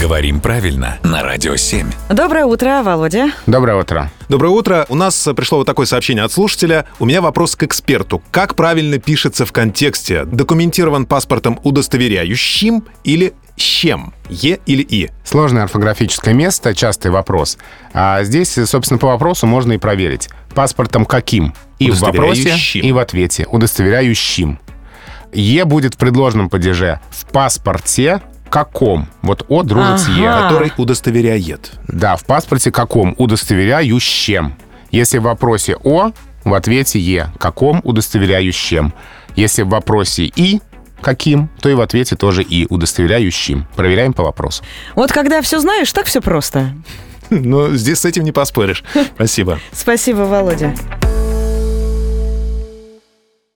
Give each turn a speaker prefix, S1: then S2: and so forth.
S1: Говорим правильно на Радио 7.
S2: Доброе утро, Володя.
S3: Доброе утро.
S4: Доброе утро. У нас э, пришло вот такое сообщение от слушателя. У меня вопрос к эксперту. Как правильно пишется в контексте? Документирован паспортом удостоверяющим или чем? Е или И?
S3: Сложное орфографическое место, частый вопрос. А здесь, собственно, по вопросу можно и проверить. Паспортом каким? И в вопросе,
S4: Удостоверяющим.
S3: и в ответе. Удостоверяющим. Е будет в предложном падеже. В паспорте каком? Вот О дружит с Е. А
S2: Ага.
S4: Который удостоверяет.
S3: Да, в паспорте каком? Удостоверяющим. Если в вопросе «о», в ответе «е». Каком? Удостоверяющим. Если в вопросе «и», каким, то и в ответе тоже «и», удостоверяющим. Проверяем по вопросу.
S2: Вот когда все знаешь, так все просто.
S4: Ну, здесь с этим не поспоришь. Спасибо.
S2: Спасибо, Володя.